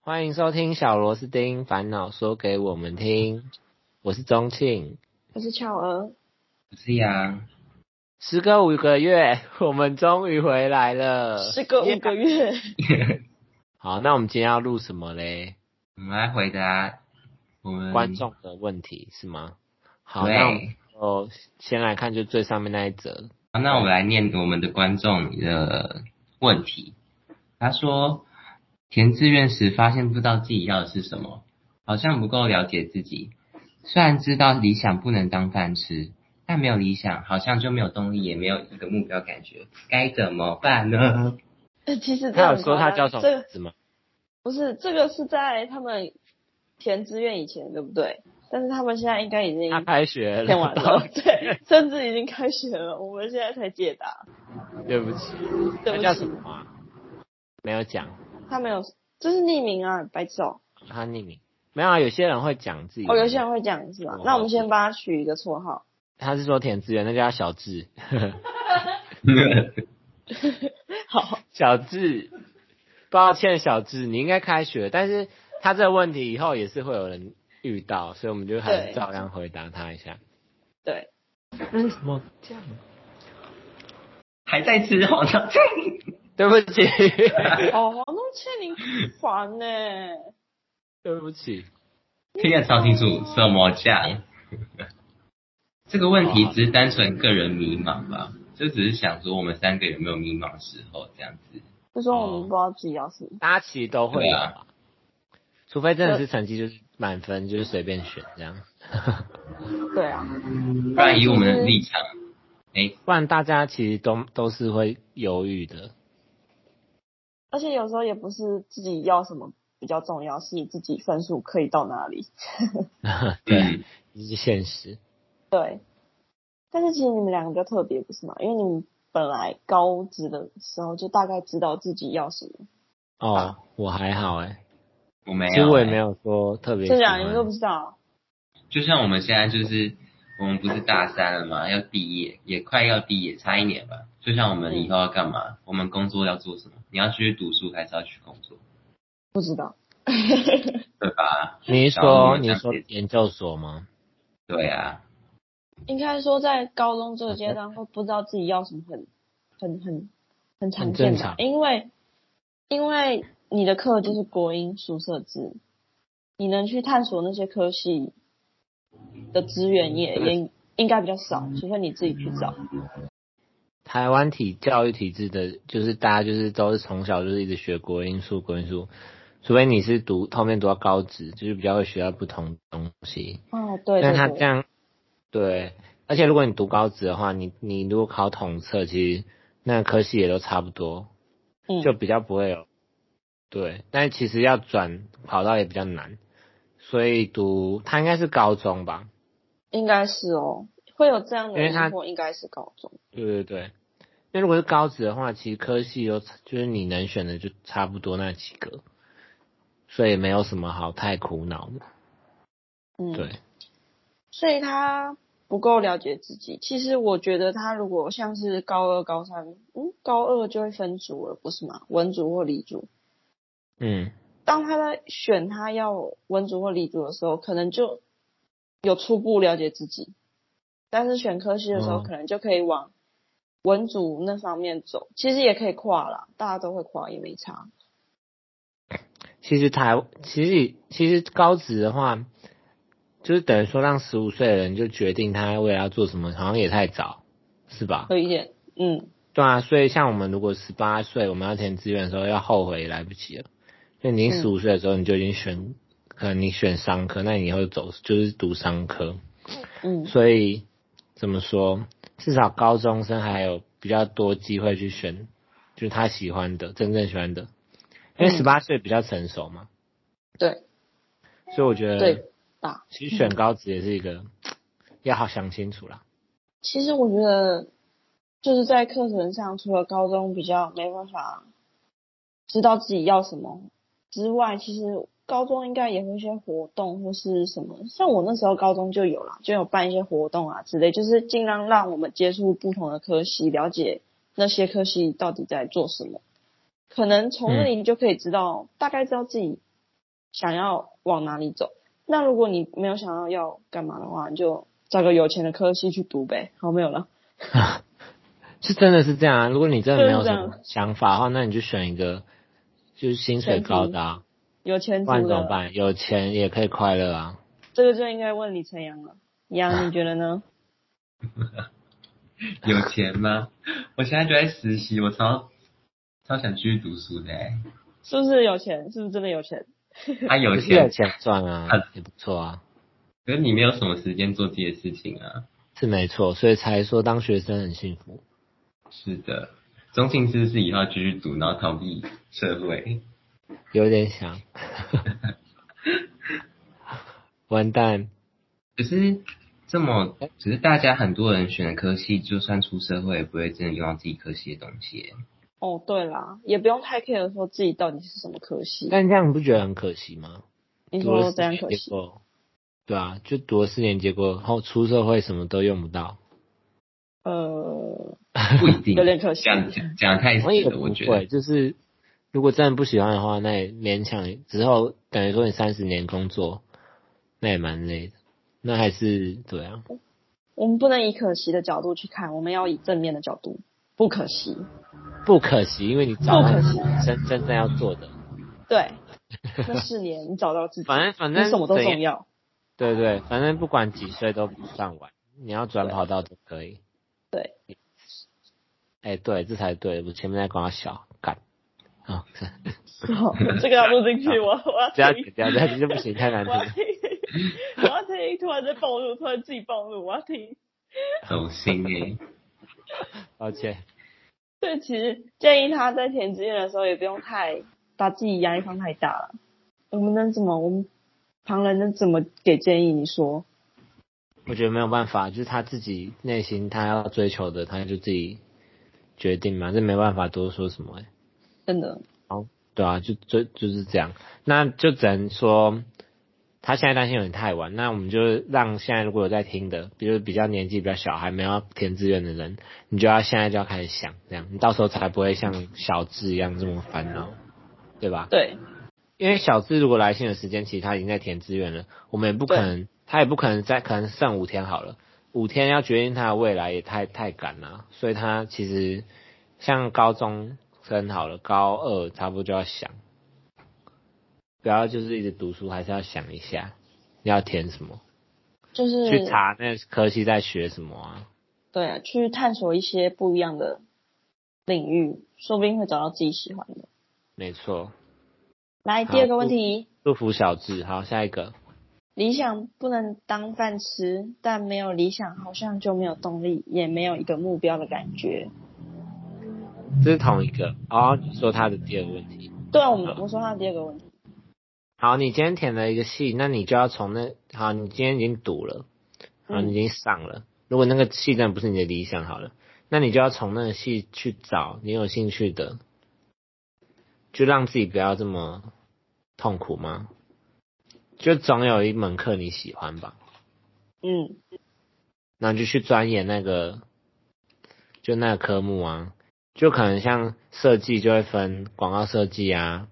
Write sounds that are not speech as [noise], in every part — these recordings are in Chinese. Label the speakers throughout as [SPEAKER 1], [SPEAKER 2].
[SPEAKER 1] 欢迎收听小螺丝钉烦恼说给我们听，我是钟庆。
[SPEAKER 2] 我是巧儿，
[SPEAKER 3] 是呀， [laughs]
[SPEAKER 1] 时隔五个月， [laughs] 我们终于回来
[SPEAKER 2] [laughs]
[SPEAKER 1] 了。
[SPEAKER 2] 时隔五个月，
[SPEAKER 1] 好，那我们今天要录什么嘞？
[SPEAKER 3] 我们来回答我们
[SPEAKER 1] 观众的问题是吗？好，那我们
[SPEAKER 3] 对，
[SPEAKER 1] 就先来看就最上面那一则。
[SPEAKER 3] 好那我们来念我们的观众的问题。他说，填志愿时发现不知道自己要的是什么，好像不够了解自己。虽然知道理想不能当饭吃，但没有理想好像就没有动力，也没有一个目标感觉，该怎么办呢？
[SPEAKER 2] 呃其实这
[SPEAKER 1] 他
[SPEAKER 2] 样
[SPEAKER 1] 有说他叫什么
[SPEAKER 2] 这
[SPEAKER 1] 名
[SPEAKER 2] 个
[SPEAKER 1] 字吗？
[SPEAKER 2] 不是这个是在他们填志愿以前，对不对？但是他们现在应该已经
[SPEAKER 1] 他开学
[SPEAKER 2] 填完
[SPEAKER 1] 到
[SPEAKER 2] 了，对，甚至已经开学了。我们现在才解答，
[SPEAKER 1] [laughs] 对不起，
[SPEAKER 2] 对
[SPEAKER 1] 他
[SPEAKER 2] 不
[SPEAKER 1] 叫什
[SPEAKER 2] 起，
[SPEAKER 1] 么啊？没有讲，
[SPEAKER 2] 他没有，这是匿名啊，白痴哦。
[SPEAKER 1] 他匿名。没有啊，有些人会讲自己。
[SPEAKER 2] 哦，有些人会讲是吧
[SPEAKER 1] 我？
[SPEAKER 2] 那我们先帮他取一个绰号，
[SPEAKER 1] 他是说填志愿，那叫他小智。
[SPEAKER 2] [laughs] 好，
[SPEAKER 1] 小智，抱歉，小智，你应该开学，但是他这个问题以后也是会有人遇到，所以我们就还是
[SPEAKER 2] 对
[SPEAKER 1] 照样回答他一下。
[SPEAKER 2] 对，
[SPEAKER 1] 为什么这样？啊
[SPEAKER 3] 还在吃好像
[SPEAKER 1] 对不起， [laughs]
[SPEAKER 2] 哦，那倩玲烦呢？
[SPEAKER 1] 对不起，
[SPEAKER 3] 听得超清楚，什么酱？ [laughs] 这个问题只是单纯个人迷茫吧，就只是想说我们三个有没有迷茫的时候这样子。
[SPEAKER 2] 就说
[SPEAKER 1] 哦
[SPEAKER 2] 我们不知道自己要什么，
[SPEAKER 1] 大家其实都会有
[SPEAKER 3] 对啊
[SPEAKER 1] 吧，除非真的是成绩就是满分，就是随便选这样，
[SPEAKER 2] 对啊，
[SPEAKER 3] 不然以我们的立场，哎、
[SPEAKER 1] 不然大家其实都都是会犹豫的。 [laughs]
[SPEAKER 2] 而且有时候也不是自己要什么比较重要，是你自己分数可以到哪里。
[SPEAKER 1] 对
[SPEAKER 3] 嗯，
[SPEAKER 1] 这是现实。
[SPEAKER 2] 对，但是其实你们两个比较特别，不是吗？因为你们本来高职的时候就大概知道自己要什么，啊
[SPEAKER 1] 哦，我还好哎、
[SPEAKER 3] 我没有、欸
[SPEAKER 1] 其实我也没有说特别喜
[SPEAKER 2] 这两
[SPEAKER 1] 欢
[SPEAKER 2] 个都不知道。
[SPEAKER 3] 就像我们现在就是，我们不是大三了嘛，要毕业，也快要毕业，差一年吧。就像我们以后要干嘛，我们工作要做什么？你要去读书还是要去工作？
[SPEAKER 2] 不知道，
[SPEAKER 3] 对吧？
[SPEAKER 1] 你是
[SPEAKER 3] 然后我
[SPEAKER 1] 说
[SPEAKER 3] 们
[SPEAKER 1] 你是
[SPEAKER 3] 这样
[SPEAKER 1] 说
[SPEAKER 3] 子
[SPEAKER 1] 研究所吗？
[SPEAKER 3] 对啊，
[SPEAKER 2] 应该说在高中这个阶段会不知道自己要什么很，很很很常见
[SPEAKER 1] 很正
[SPEAKER 2] 的
[SPEAKER 1] 常，
[SPEAKER 2] 因为因为你的课就是国英数社制，你能去探索那些科系的资源也也应该比较少，除非你自己去找。
[SPEAKER 1] 台湾体教育体制的，就是大家就是都是从小就是一直学国音数、国音数，除非你是读后面读到高职，就是比较会学到不同东西。
[SPEAKER 2] 哦，对对
[SPEAKER 1] 但他
[SPEAKER 2] 对，
[SPEAKER 1] 这样，对，而且如果你读高职的话，你你如果考统测，其实那科系也都差不多，
[SPEAKER 2] 嗯
[SPEAKER 1] 就比较不会有。对，但其实要转跑道也比较难，所以读他应该是高中吧，
[SPEAKER 2] 应该是哦，会有这样的
[SPEAKER 1] 因为他
[SPEAKER 2] 疑惑，应该是高中。
[SPEAKER 1] 对对对，因为如果是高职的话，其实科系有就是你能选的就差不多那几个，所以没有什么好太苦恼的。
[SPEAKER 2] 嗯，
[SPEAKER 1] 对，，
[SPEAKER 2] 所以他不够了解自己。其实我觉得他如果像是高二、高三，嗯，高二就会分组了，不是吗？文组或理组。
[SPEAKER 1] 嗯，
[SPEAKER 2] 当他在选他要文组或理组的时候，可能就有初步了解自己，但是选科系的时候，
[SPEAKER 1] 嗯
[SPEAKER 2] 可能就可以往文组那方面走。其实也可以跨啦，大家都会跨，也没差。
[SPEAKER 1] 其实台其实其实高职的话，就是等于说让十五岁的人就决定他未来要做什么，好像也太早，是吧？
[SPEAKER 2] 有一点，嗯，
[SPEAKER 1] 对啊，所以像我们如果十八岁我们要填志愿的时候，要后悔也来不及了。就你
[SPEAKER 2] 嗯
[SPEAKER 1] 十五岁的时候，你就已经选，可能你选商科，那你以后走就是读商科。
[SPEAKER 2] 嗯，
[SPEAKER 1] 所以怎么说，至少高中生还有比较多机会去选，就是他喜欢的，真正喜欢的，因为
[SPEAKER 2] 嗯
[SPEAKER 1] 十八岁比较成熟嘛，
[SPEAKER 2] 对
[SPEAKER 1] 所以我觉
[SPEAKER 2] 对
[SPEAKER 1] 得，
[SPEAKER 2] 吧？
[SPEAKER 1] 其实选高职也是一个要好想清楚啦。
[SPEAKER 2] 其实我觉得，就是在课程上，除了高中比较没办法知道自己要什么之外，其实高中应该也会一些活动或是什么。像我那时候高中就有啦，就有办一些活动啊之类，就是尽量让我们接触不同的科系，了解那些科系到底在做什么。可能从那里就可以知道，大概知道自己想要往哪里走。那如果你没有想要要干嘛的话，你就找个有钱的科系去读呗。好，没有了。
[SPEAKER 1] 是真的是这样啊。如果你真的没有
[SPEAKER 2] 就是
[SPEAKER 1] 什
[SPEAKER 2] 这样
[SPEAKER 1] 么想法的话，那你就选一个就是薪水高的、啊，
[SPEAKER 2] 有钱
[SPEAKER 1] 不然
[SPEAKER 2] 读
[SPEAKER 1] 怎么
[SPEAKER 2] 的，
[SPEAKER 1] 办？有钱也可以快乐啊。
[SPEAKER 2] 这个就应该问李晨阳了。阳，你觉
[SPEAKER 1] [laughs]
[SPEAKER 2] 得呢？
[SPEAKER 3] 有钱吗？ [laughs] 我现在就在实习，我超超想继续读书的、欸。
[SPEAKER 2] 是不是有钱？是不是真的有钱？
[SPEAKER 3] 他、有
[SPEAKER 1] 可是 [laughs] 有
[SPEAKER 3] 钱，
[SPEAKER 1] 钱赚
[SPEAKER 3] 嗯
[SPEAKER 1] 啊，也不错啊，
[SPEAKER 3] 可是你没有什么时间做自己的事情啊。
[SPEAKER 1] 是没错，所以才说当学生很幸福。
[SPEAKER 3] 是的，中性知识以后要继续读，然后逃避社会。
[SPEAKER 1] 有点
[SPEAKER 3] [laughs]
[SPEAKER 1] 想，完蛋，
[SPEAKER 3] 可是这么，只是大家很多人选的科系，就算出社会也不会真的用到自己科系的东西欸、
[SPEAKER 2] 哦，对啦，也不用太 care 说自己到底是什么科系。
[SPEAKER 1] 但这样你不觉得很可惜吗？
[SPEAKER 2] 你
[SPEAKER 1] 读了
[SPEAKER 2] 说
[SPEAKER 1] 四
[SPEAKER 2] 这样
[SPEAKER 1] 年
[SPEAKER 2] 可
[SPEAKER 1] 结
[SPEAKER 2] 惜？
[SPEAKER 1] 果，对啊，就读了四年，结果后出社会什么都用不到。
[SPEAKER 2] 呃，
[SPEAKER 3] 不
[SPEAKER 1] [laughs]
[SPEAKER 3] 一定。
[SPEAKER 2] 有点可惜
[SPEAKER 3] 讲讲讲得太死
[SPEAKER 1] 我也
[SPEAKER 3] 了，
[SPEAKER 1] 不
[SPEAKER 3] 我觉得
[SPEAKER 1] 会，就是如果真的不喜欢的话，那也勉强之后等于说你三十年工作，那也蛮累的。那还是对啊，
[SPEAKER 2] 我们不能以可惜的角度去看，我们要以正面的角度，不可惜。
[SPEAKER 1] 不可惜，因为你找到
[SPEAKER 2] 不可
[SPEAKER 1] 你
[SPEAKER 2] 惜
[SPEAKER 1] 真真正要做的。 [laughs]
[SPEAKER 2] 对，那四年你找到自己，
[SPEAKER 1] 反正反
[SPEAKER 2] 你
[SPEAKER 1] 正
[SPEAKER 2] 什么都
[SPEAKER 1] 怎样
[SPEAKER 2] 重要。
[SPEAKER 1] 对对，反正不管几岁都不算晚，你要转跑道都可以。
[SPEAKER 2] 对， [laughs]
[SPEAKER 1] 哎、对，这才对。我前面在管他小干，啊、 [laughs]
[SPEAKER 2] 好这个要录进去，我我要
[SPEAKER 1] 不要
[SPEAKER 2] 听
[SPEAKER 1] 剪掉，不要剪掉，不行，太难
[SPEAKER 2] 我要
[SPEAKER 1] 听。
[SPEAKER 2] 听， [laughs] 我要听，突然在暴露，突然自己暴露，我要听。
[SPEAKER 3] 走心诶、
[SPEAKER 1] 抱歉，
[SPEAKER 2] 对，其实建议他在填志愿的时候也不用太把自己压力放太大了。我们能怎么，我们旁人能怎么给建议？你说，
[SPEAKER 1] 我觉得没有办法，就是他自己内心他要追求的，他就自己决定嘛，这没办法多说什么、哎
[SPEAKER 2] 真的，
[SPEAKER 1] 对啊，就就就是这样，那就只能说他现在担心有点太晚，那我们就让现在如果有在听的，比如比较年纪比较小还没有要填志愿的人，你就要现在就要开始想，这样你到时候才不会像小智一样这么烦恼，对吧？
[SPEAKER 2] 对，
[SPEAKER 1] 因为小智如果来信的时间，其实他已经在填志愿了，我们也不可能，他也不可能再可能剩五天好了，五天要决定他的未来也太太赶了，所以他其实像高中生好了，高二差不多就要想，不要就是一直读书，还是要想一下要填什么，
[SPEAKER 2] 就是
[SPEAKER 1] 去查那科系在学什么啊，
[SPEAKER 2] 对啊，去探索一些不一样的领域，说不定会找到自己喜欢的。
[SPEAKER 1] 没错，
[SPEAKER 2] 来，
[SPEAKER 1] 好
[SPEAKER 2] 第二个问题，
[SPEAKER 1] 祝福小智，好，下一个，
[SPEAKER 2] 理想不能当饭吃，但没有理想好像就没有动力，也没有一个目标的感觉。
[SPEAKER 1] 这是同一个，哦，你说他的第二个问题。
[SPEAKER 2] 对啊，我们我说他的第二个问题，
[SPEAKER 1] 好，你今天填了一个系，那你就要从那好，你今天已经读了，好，
[SPEAKER 2] 嗯
[SPEAKER 1] 你已经上了。如果那个系真的不是你的理想，好了，那你就要从那个系去找你有兴趣的，就让自己不要这么痛苦吗？就总有一门课你喜欢吧，
[SPEAKER 2] 嗯，
[SPEAKER 1] 那你就去钻研那个，就那个科目啊，就可能像设计就会分广告设计啊，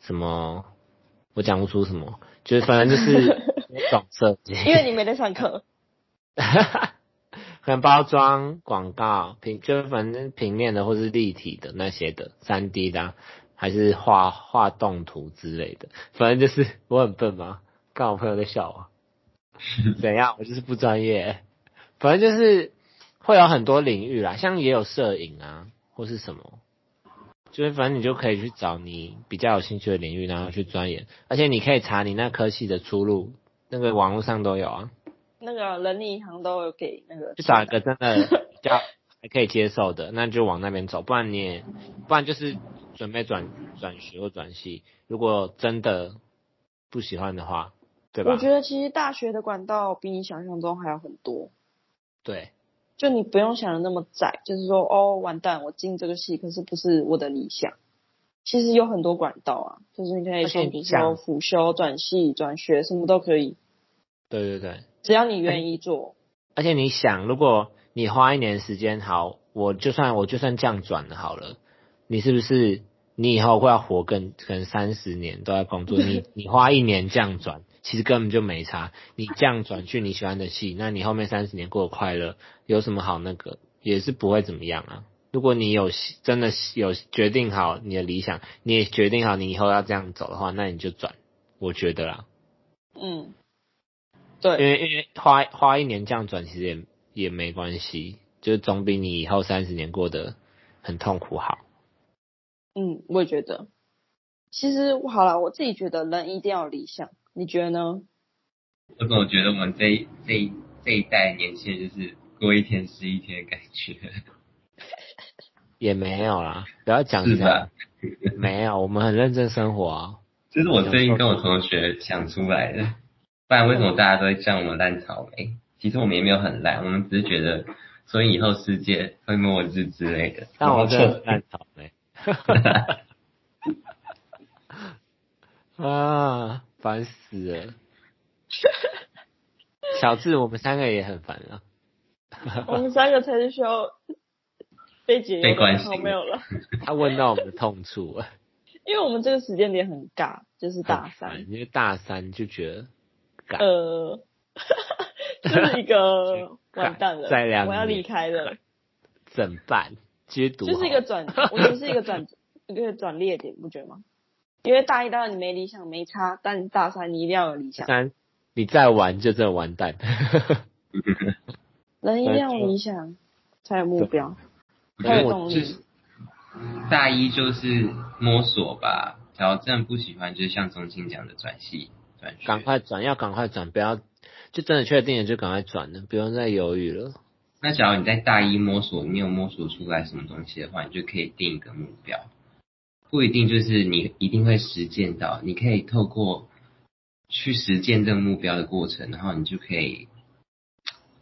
[SPEAKER 1] 什么我讲不出什么，就是反正就是
[SPEAKER 2] [laughs]
[SPEAKER 1] 懂设计，
[SPEAKER 2] 因为你没在上课， [laughs]
[SPEAKER 1] [laughs] 可能包装、广告、平，就是反正平面的或是立体的那些的，三 D 的啊、还是画画动图之类的，反正就是我很笨吗？刚我朋友在笑我，怎样？我就是不专业，反正就是会有很多领域啦，像也有摄影啊，或是什么。就是反正你就可以去找你比较有兴趣的领域，然后去钻研，而且你可以查你那科系的出路，那个网络上都有啊。
[SPEAKER 2] 那个人力银行都有给那个
[SPEAKER 1] 就找一个真的比较还可以接受的，那就往那边走，不然你也，不然就是准备转转学或转系，如果真的不喜欢的话，对吧
[SPEAKER 2] 我？觉得其实大学的管道比你想象中还要很多，
[SPEAKER 1] 对，
[SPEAKER 2] 就你不用想的那么窄，就是说哦，完蛋，我进这个系可是不是我的理想。其实有很多管道啊，就是你可以
[SPEAKER 1] 而且
[SPEAKER 2] 从
[SPEAKER 1] 你
[SPEAKER 2] 比如说
[SPEAKER 1] 想
[SPEAKER 2] 辅修、转系、转学，什么都可以，
[SPEAKER 1] 对对对。
[SPEAKER 2] 只要你愿意做。
[SPEAKER 1] 而且你想，如果你花一年时间，好，我就算我就算这样转了好了，你是不是你以后会要活更可能三十年都在工作，你你花一年降转，其实根本就没差。你降转去你喜欢的戏，那你后面三十年过得快乐，有什么好那个？也是不会怎么样啊。如果你有真的有决定好你的理想，你也决定好你以后要这样走的话，那你就转。我觉得啦，哎
[SPEAKER 2] 嗯，
[SPEAKER 1] 因
[SPEAKER 2] 对，
[SPEAKER 1] 为因为花花一年降转其实也也没关系，就是总比你以后三十年过得很痛苦好。
[SPEAKER 2] 嗯，我也觉得。其实好了，我自己觉得人一定要有理想，你觉得呢？
[SPEAKER 3] 这个我觉得我们这一这一这一代年轻人就是过一天是一天的感觉，
[SPEAKER 1] 也没有啦，不要讲
[SPEAKER 3] 是
[SPEAKER 1] 这样
[SPEAKER 3] 吧？
[SPEAKER 1] 没有，我们很认真生活啊。
[SPEAKER 3] 这是我最近跟我同学想出来的，不然为什么大家都会叫我们烂草莓？其实我们也没有很烂，我们只是觉得，所以以后世界会末日之类的。
[SPEAKER 1] 但我真的
[SPEAKER 3] 这
[SPEAKER 1] 很欸烂草莓。 [laughs] 啊，烦死了！小智，我们三个也很烦啊。
[SPEAKER 2] 我们三个才是需要被解
[SPEAKER 3] 被
[SPEAKER 2] 忧
[SPEAKER 3] 关
[SPEAKER 2] 的，
[SPEAKER 3] 心
[SPEAKER 2] 好没有了，
[SPEAKER 1] 他问到我们的痛处了，
[SPEAKER 2] 因为我们这个时间点很尬，就是大三，
[SPEAKER 1] 因为大三就觉得，尬
[SPEAKER 2] 呃，就是一个完蛋了，
[SPEAKER 1] 再两
[SPEAKER 2] 我要
[SPEAKER 1] 年
[SPEAKER 2] 离开了，
[SPEAKER 1] 怎么办？接读
[SPEAKER 2] 就是一个转，我觉得是一个转，一个转捩点，不觉得吗？因为大一、大二你没理想没差，但你大三你一定要有理想，
[SPEAKER 1] 三，你再玩就真的完蛋。
[SPEAKER 2] 人一定要有理想才有目标。
[SPEAKER 3] 我觉
[SPEAKER 1] 但
[SPEAKER 3] 得
[SPEAKER 1] 我
[SPEAKER 2] 动
[SPEAKER 3] 就
[SPEAKER 2] 力
[SPEAKER 3] 是大一就是摸索吧，然后真的不喜欢，就是像钟青讲的转系转学。
[SPEAKER 1] 赶快转，要赶快转，不要就真的确定了就赶快转了，不用再犹豫了。
[SPEAKER 3] 那假如你在大一摸索，你有摸索出来什么东西的话，你就可以定一个目标，不一定就是你一定会实践到，你可以透过去实践这个目标的过程，然后你就可以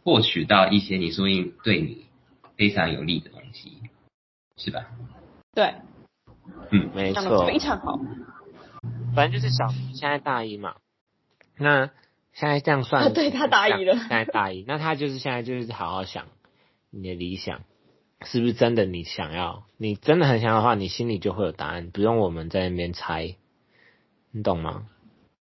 [SPEAKER 3] 获取到一些你说不定对你非常有利的东西，是吧？
[SPEAKER 2] 对，
[SPEAKER 3] 嗯，
[SPEAKER 1] 没
[SPEAKER 2] 讲的
[SPEAKER 1] 错
[SPEAKER 2] 非，常好。，
[SPEAKER 1] 反正就是小现在大一嘛，那现在这样算
[SPEAKER 2] 啊对他大一了
[SPEAKER 1] 现在大一，那他就是现在就是好好想你的理想是不是真的你想要，你真的很想要的话，你心里就会有答案，不用我们在那边猜，你懂吗？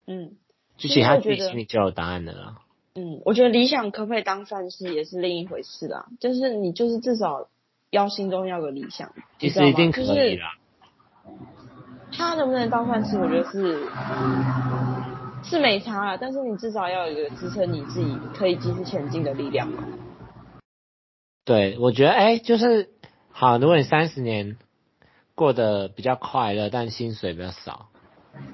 [SPEAKER 2] 嗯
[SPEAKER 1] 就
[SPEAKER 2] 其
[SPEAKER 1] 其实
[SPEAKER 2] 实
[SPEAKER 1] 他
[SPEAKER 2] 我
[SPEAKER 1] 自己
[SPEAKER 2] 觉得
[SPEAKER 1] 心里就有答案的啦。
[SPEAKER 2] 嗯，我觉得理想可不可以当饭吃也是另一回事啦。就是你就是至少要心中要有理想，
[SPEAKER 1] 其
[SPEAKER 2] 你知
[SPEAKER 1] 实
[SPEAKER 2] 道
[SPEAKER 1] 一
[SPEAKER 2] 吗
[SPEAKER 1] 定可
[SPEAKER 2] 就是
[SPEAKER 1] 以啦，
[SPEAKER 2] 他能不能当饭吃，我觉得是是没差啦，但是你至少要有一个支撑你自己可以继续前进的力量嘛。
[SPEAKER 1] 对，我觉得哎、就是好。如果你三十年过得比较快乐，但薪水比较少，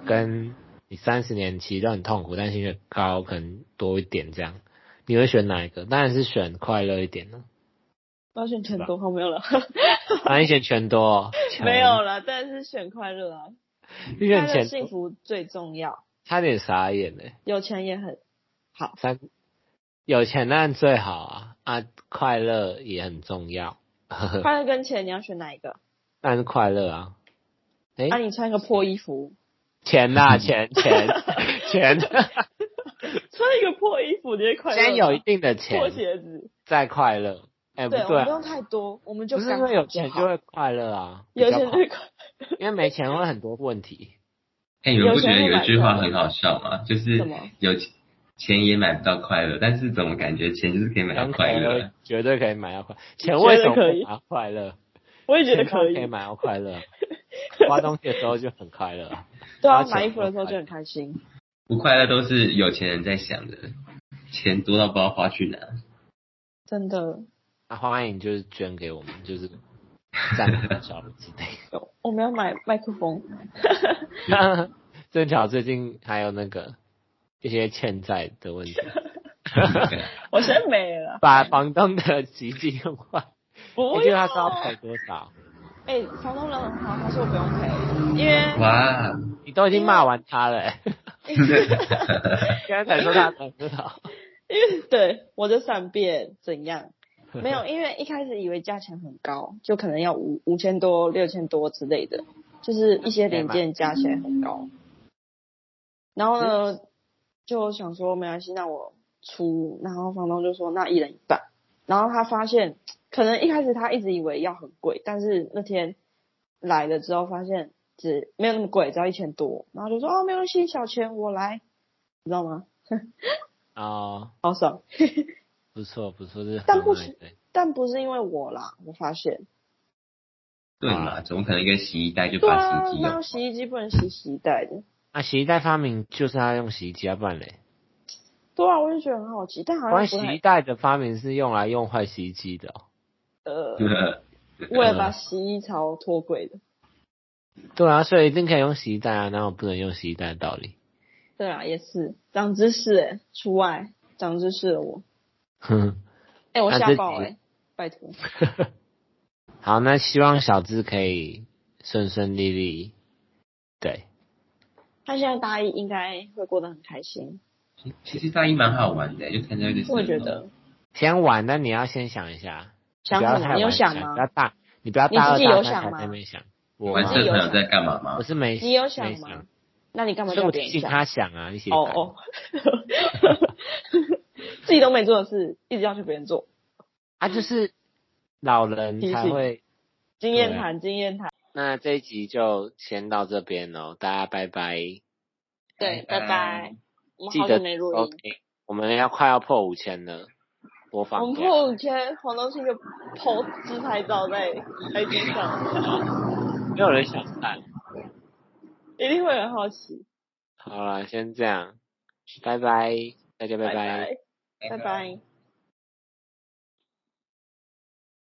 [SPEAKER 1] 跟你三十年其实都很痛苦，但薪水高可能多一点这样，你会选哪一个？当然是选快乐一点了。
[SPEAKER 2] 我要选钱多，好没有了，
[SPEAKER 1] 啊，你选全多哦、
[SPEAKER 2] [laughs] 没有了，但是选快乐啊，
[SPEAKER 1] 你
[SPEAKER 2] 快
[SPEAKER 1] 选
[SPEAKER 2] 乐
[SPEAKER 1] 钱
[SPEAKER 2] 幸
[SPEAKER 1] 多，
[SPEAKER 2] 福最重要，
[SPEAKER 1] 差点傻眼呢、
[SPEAKER 2] 有钱也很好。
[SPEAKER 1] 三有钱当然最好啊啊，快乐也很重要，
[SPEAKER 2] 快乐跟钱你要选哪一个？
[SPEAKER 1] 但是快乐啊，哎、
[SPEAKER 2] 那、你穿一个破衣服，
[SPEAKER 1] 钱呐、钱钱 [laughs] 钱。
[SPEAKER 2] 穿一个破衣服你会快乐吗？啊
[SPEAKER 1] 先有一定的
[SPEAKER 2] 破
[SPEAKER 1] 钱，
[SPEAKER 2] 鞋子，
[SPEAKER 1] 再快乐。哎、不
[SPEAKER 2] 对，我
[SPEAKER 1] 对
[SPEAKER 2] 们
[SPEAKER 1] 啊
[SPEAKER 2] 不，用太多，我们就
[SPEAKER 1] 不是
[SPEAKER 2] 刚
[SPEAKER 1] 因为
[SPEAKER 2] 好
[SPEAKER 1] 有钱
[SPEAKER 2] 好
[SPEAKER 1] 就会快乐啊，
[SPEAKER 2] [laughs] 有
[SPEAKER 1] 比较
[SPEAKER 2] 钱就
[SPEAKER 1] 快
[SPEAKER 2] 会快乐。
[SPEAKER 1] 因为没钱会很多问题。
[SPEAKER 3] 哎、你们不
[SPEAKER 2] 有
[SPEAKER 3] 觉
[SPEAKER 2] 钱
[SPEAKER 3] 得
[SPEAKER 2] 也
[SPEAKER 3] 有一
[SPEAKER 2] 买
[SPEAKER 3] 句
[SPEAKER 2] 不
[SPEAKER 3] 话
[SPEAKER 2] 到
[SPEAKER 3] 很好笑吗？就是
[SPEAKER 2] 什么
[SPEAKER 3] 有钱钱也买不到快乐，但是怎么感觉钱就是可以买到快乐啊？
[SPEAKER 1] 绝对可以买到
[SPEAKER 2] [laughs]
[SPEAKER 1] 快，钱为什么
[SPEAKER 2] 绝对可
[SPEAKER 1] 不
[SPEAKER 2] 以
[SPEAKER 1] 买到快乐？
[SPEAKER 2] 我也觉得
[SPEAKER 1] 钱当
[SPEAKER 2] 可
[SPEAKER 1] 然
[SPEAKER 2] 以
[SPEAKER 1] 可，以买到快乐啊，花东西的时候就很快
[SPEAKER 2] [laughs]
[SPEAKER 1] 乐啊。
[SPEAKER 2] 对啊
[SPEAKER 1] 花，钱
[SPEAKER 2] 买衣服的时候就很开心。
[SPEAKER 3] 不快乐都是有钱人在想的，钱多到不知道花去哪。
[SPEAKER 2] 真的，
[SPEAKER 1] 那欢迎就是捐给我们，就是赞小卢之类。
[SPEAKER 2] 有我们要买麦克风， [laughs]
[SPEAKER 1] [laughs] 正巧最近还有那个一些欠债的问题，
[SPEAKER 2] 我现在没了，
[SPEAKER 1] 把房东的基金用坏，
[SPEAKER 2] [laughs] 不
[SPEAKER 1] [laughs] 你觉得
[SPEAKER 2] 要
[SPEAKER 1] 他知道赔多少？
[SPEAKER 2] 哎、房东人很好，他说我不用赔，因为 [laughs]
[SPEAKER 3] 哇，
[SPEAKER 1] 你都已经骂完他了、欸，刚才说他很不好，
[SPEAKER 2] 因为对我的闪变怎样？
[SPEAKER 1] [laughs]
[SPEAKER 2] 没有，因为一开始以为价钱很高，就可能要五五千多、六千多之类的，就是一些零件加起来很高。然后呢，就想说没关系，那我出。然后房东就说那一人一半。然后他发现，可能一开始他一直以为要很贵，但是那天来了之后发现只没有那么贵，只要一千多，然后就说哦没关系，小钱我来，你知道吗？
[SPEAKER 1] 哦，
[SPEAKER 2] 好爽，
[SPEAKER 1] 不错不错，这是
[SPEAKER 2] 但
[SPEAKER 1] 很
[SPEAKER 2] 不
[SPEAKER 1] 好的
[SPEAKER 2] 是
[SPEAKER 1] 对
[SPEAKER 2] 但不是因为我啦，我发现，
[SPEAKER 3] 对嘛，总可能一个洗衣袋就
[SPEAKER 2] 对
[SPEAKER 3] 把
[SPEAKER 2] 啊
[SPEAKER 3] 洗衣，机
[SPEAKER 2] 那
[SPEAKER 3] 用。
[SPEAKER 2] 洗衣机不能洗洗衣袋的，
[SPEAKER 1] 啊，洗衣袋发明就是要用洗衣机，要不然嘞，
[SPEAKER 2] 对啊，我就觉得很好奇，但好像
[SPEAKER 1] 关于
[SPEAKER 2] 不
[SPEAKER 1] 洗衣
[SPEAKER 2] 太
[SPEAKER 1] 袋的发明是用来用坏洗衣机的、哦。
[SPEAKER 2] 呃，为
[SPEAKER 1] 嗯
[SPEAKER 2] 了把洗衣槽脱轨的，
[SPEAKER 1] 对啊，所以一定可以用洗衣袋啊，然后不能用洗衣袋的道理。 [laughs]
[SPEAKER 2] 对啊，也是长知识哎、欸，出外长知识了我，
[SPEAKER 1] 哼，
[SPEAKER 2] 哎、我
[SPEAKER 1] 那
[SPEAKER 2] 吓
[SPEAKER 1] 这
[SPEAKER 2] 爆哎、
[SPEAKER 1] 集
[SPEAKER 2] 拜托，
[SPEAKER 1] 好，那希望小智可以顺顺利利。对，
[SPEAKER 2] 他现在大一应该会过得很开心，
[SPEAKER 3] 其实大一蛮好玩的，就
[SPEAKER 1] 嗯
[SPEAKER 3] 参加一个社团。
[SPEAKER 2] 我也觉得，
[SPEAKER 1] 先玩，那你要先想一下，
[SPEAKER 2] 想
[SPEAKER 1] 不要
[SPEAKER 2] 什么？
[SPEAKER 1] 太
[SPEAKER 2] 你有
[SPEAKER 1] 晚
[SPEAKER 2] 想
[SPEAKER 1] 不要
[SPEAKER 2] 吗？
[SPEAKER 1] 大，你不要大
[SPEAKER 2] 你
[SPEAKER 1] 二
[SPEAKER 2] 自己有
[SPEAKER 1] 大
[SPEAKER 2] 想
[SPEAKER 1] 三
[SPEAKER 2] 吗
[SPEAKER 1] 才在那边想。我
[SPEAKER 3] 玩
[SPEAKER 1] 吗
[SPEAKER 3] 社团有在干嘛吗
[SPEAKER 1] 我？是没，
[SPEAKER 2] 你有想
[SPEAKER 1] 没
[SPEAKER 2] 吗
[SPEAKER 1] 想？
[SPEAKER 2] 啊那你干嘛
[SPEAKER 1] 所以
[SPEAKER 2] 叫
[SPEAKER 1] 我
[SPEAKER 2] 别人
[SPEAKER 1] 提醒
[SPEAKER 2] 想？
[SPEAKER 1] 他想啊，一起
[SPEAKER 2] 哦
[SPEAKER 1] 打
[SPEAKER 2] 哦， [laughs] 自己都没做的事，一直要求别人做，
[SPEAKER 1] 啊，就是老人
[SPEAKER 2] 提
[SPEAKER 1] 才
[SPEAKER 2] 醒
[SPEAKER 1] 会。
[SPEAKER 2] 经验
[SPEAKER 1] 对啊
[SPEAKER 2] 谈，经验谈。
[SPEAKER 1] 那这一集就先到这边喽，大家拜拜。
[SPEAKER 2] 对，拜
[SPEAKER 3] 拜拜
[SPEAKER 2] 拜。
[SPEAKER 1] 嗯
[SPEAKER 2] 我们
[SPEAKER 1] 记
[SPEAKER 2] 好
[SPEAKER 1] 得
[SPEAKER 2] 久没录音，
[SPEAKER 1] OK，我们要快要破五千了，播
[SPEAKER 2] 我
[SPEAKER 1] 放
[SPEAKER 2] 们
[SPEAKER 1] 量。
[SPEAKER 2] 破五千，黄东新就 po 自拍照在 IG 上，
[SPEAKER 1] 没有人想看。
[SPEAKER 2] 一定会很好奇。
[SPEAKER 1] 好了，先这样，拜拜，大家拜
[SPEAKER 2] 拜拜。拜拜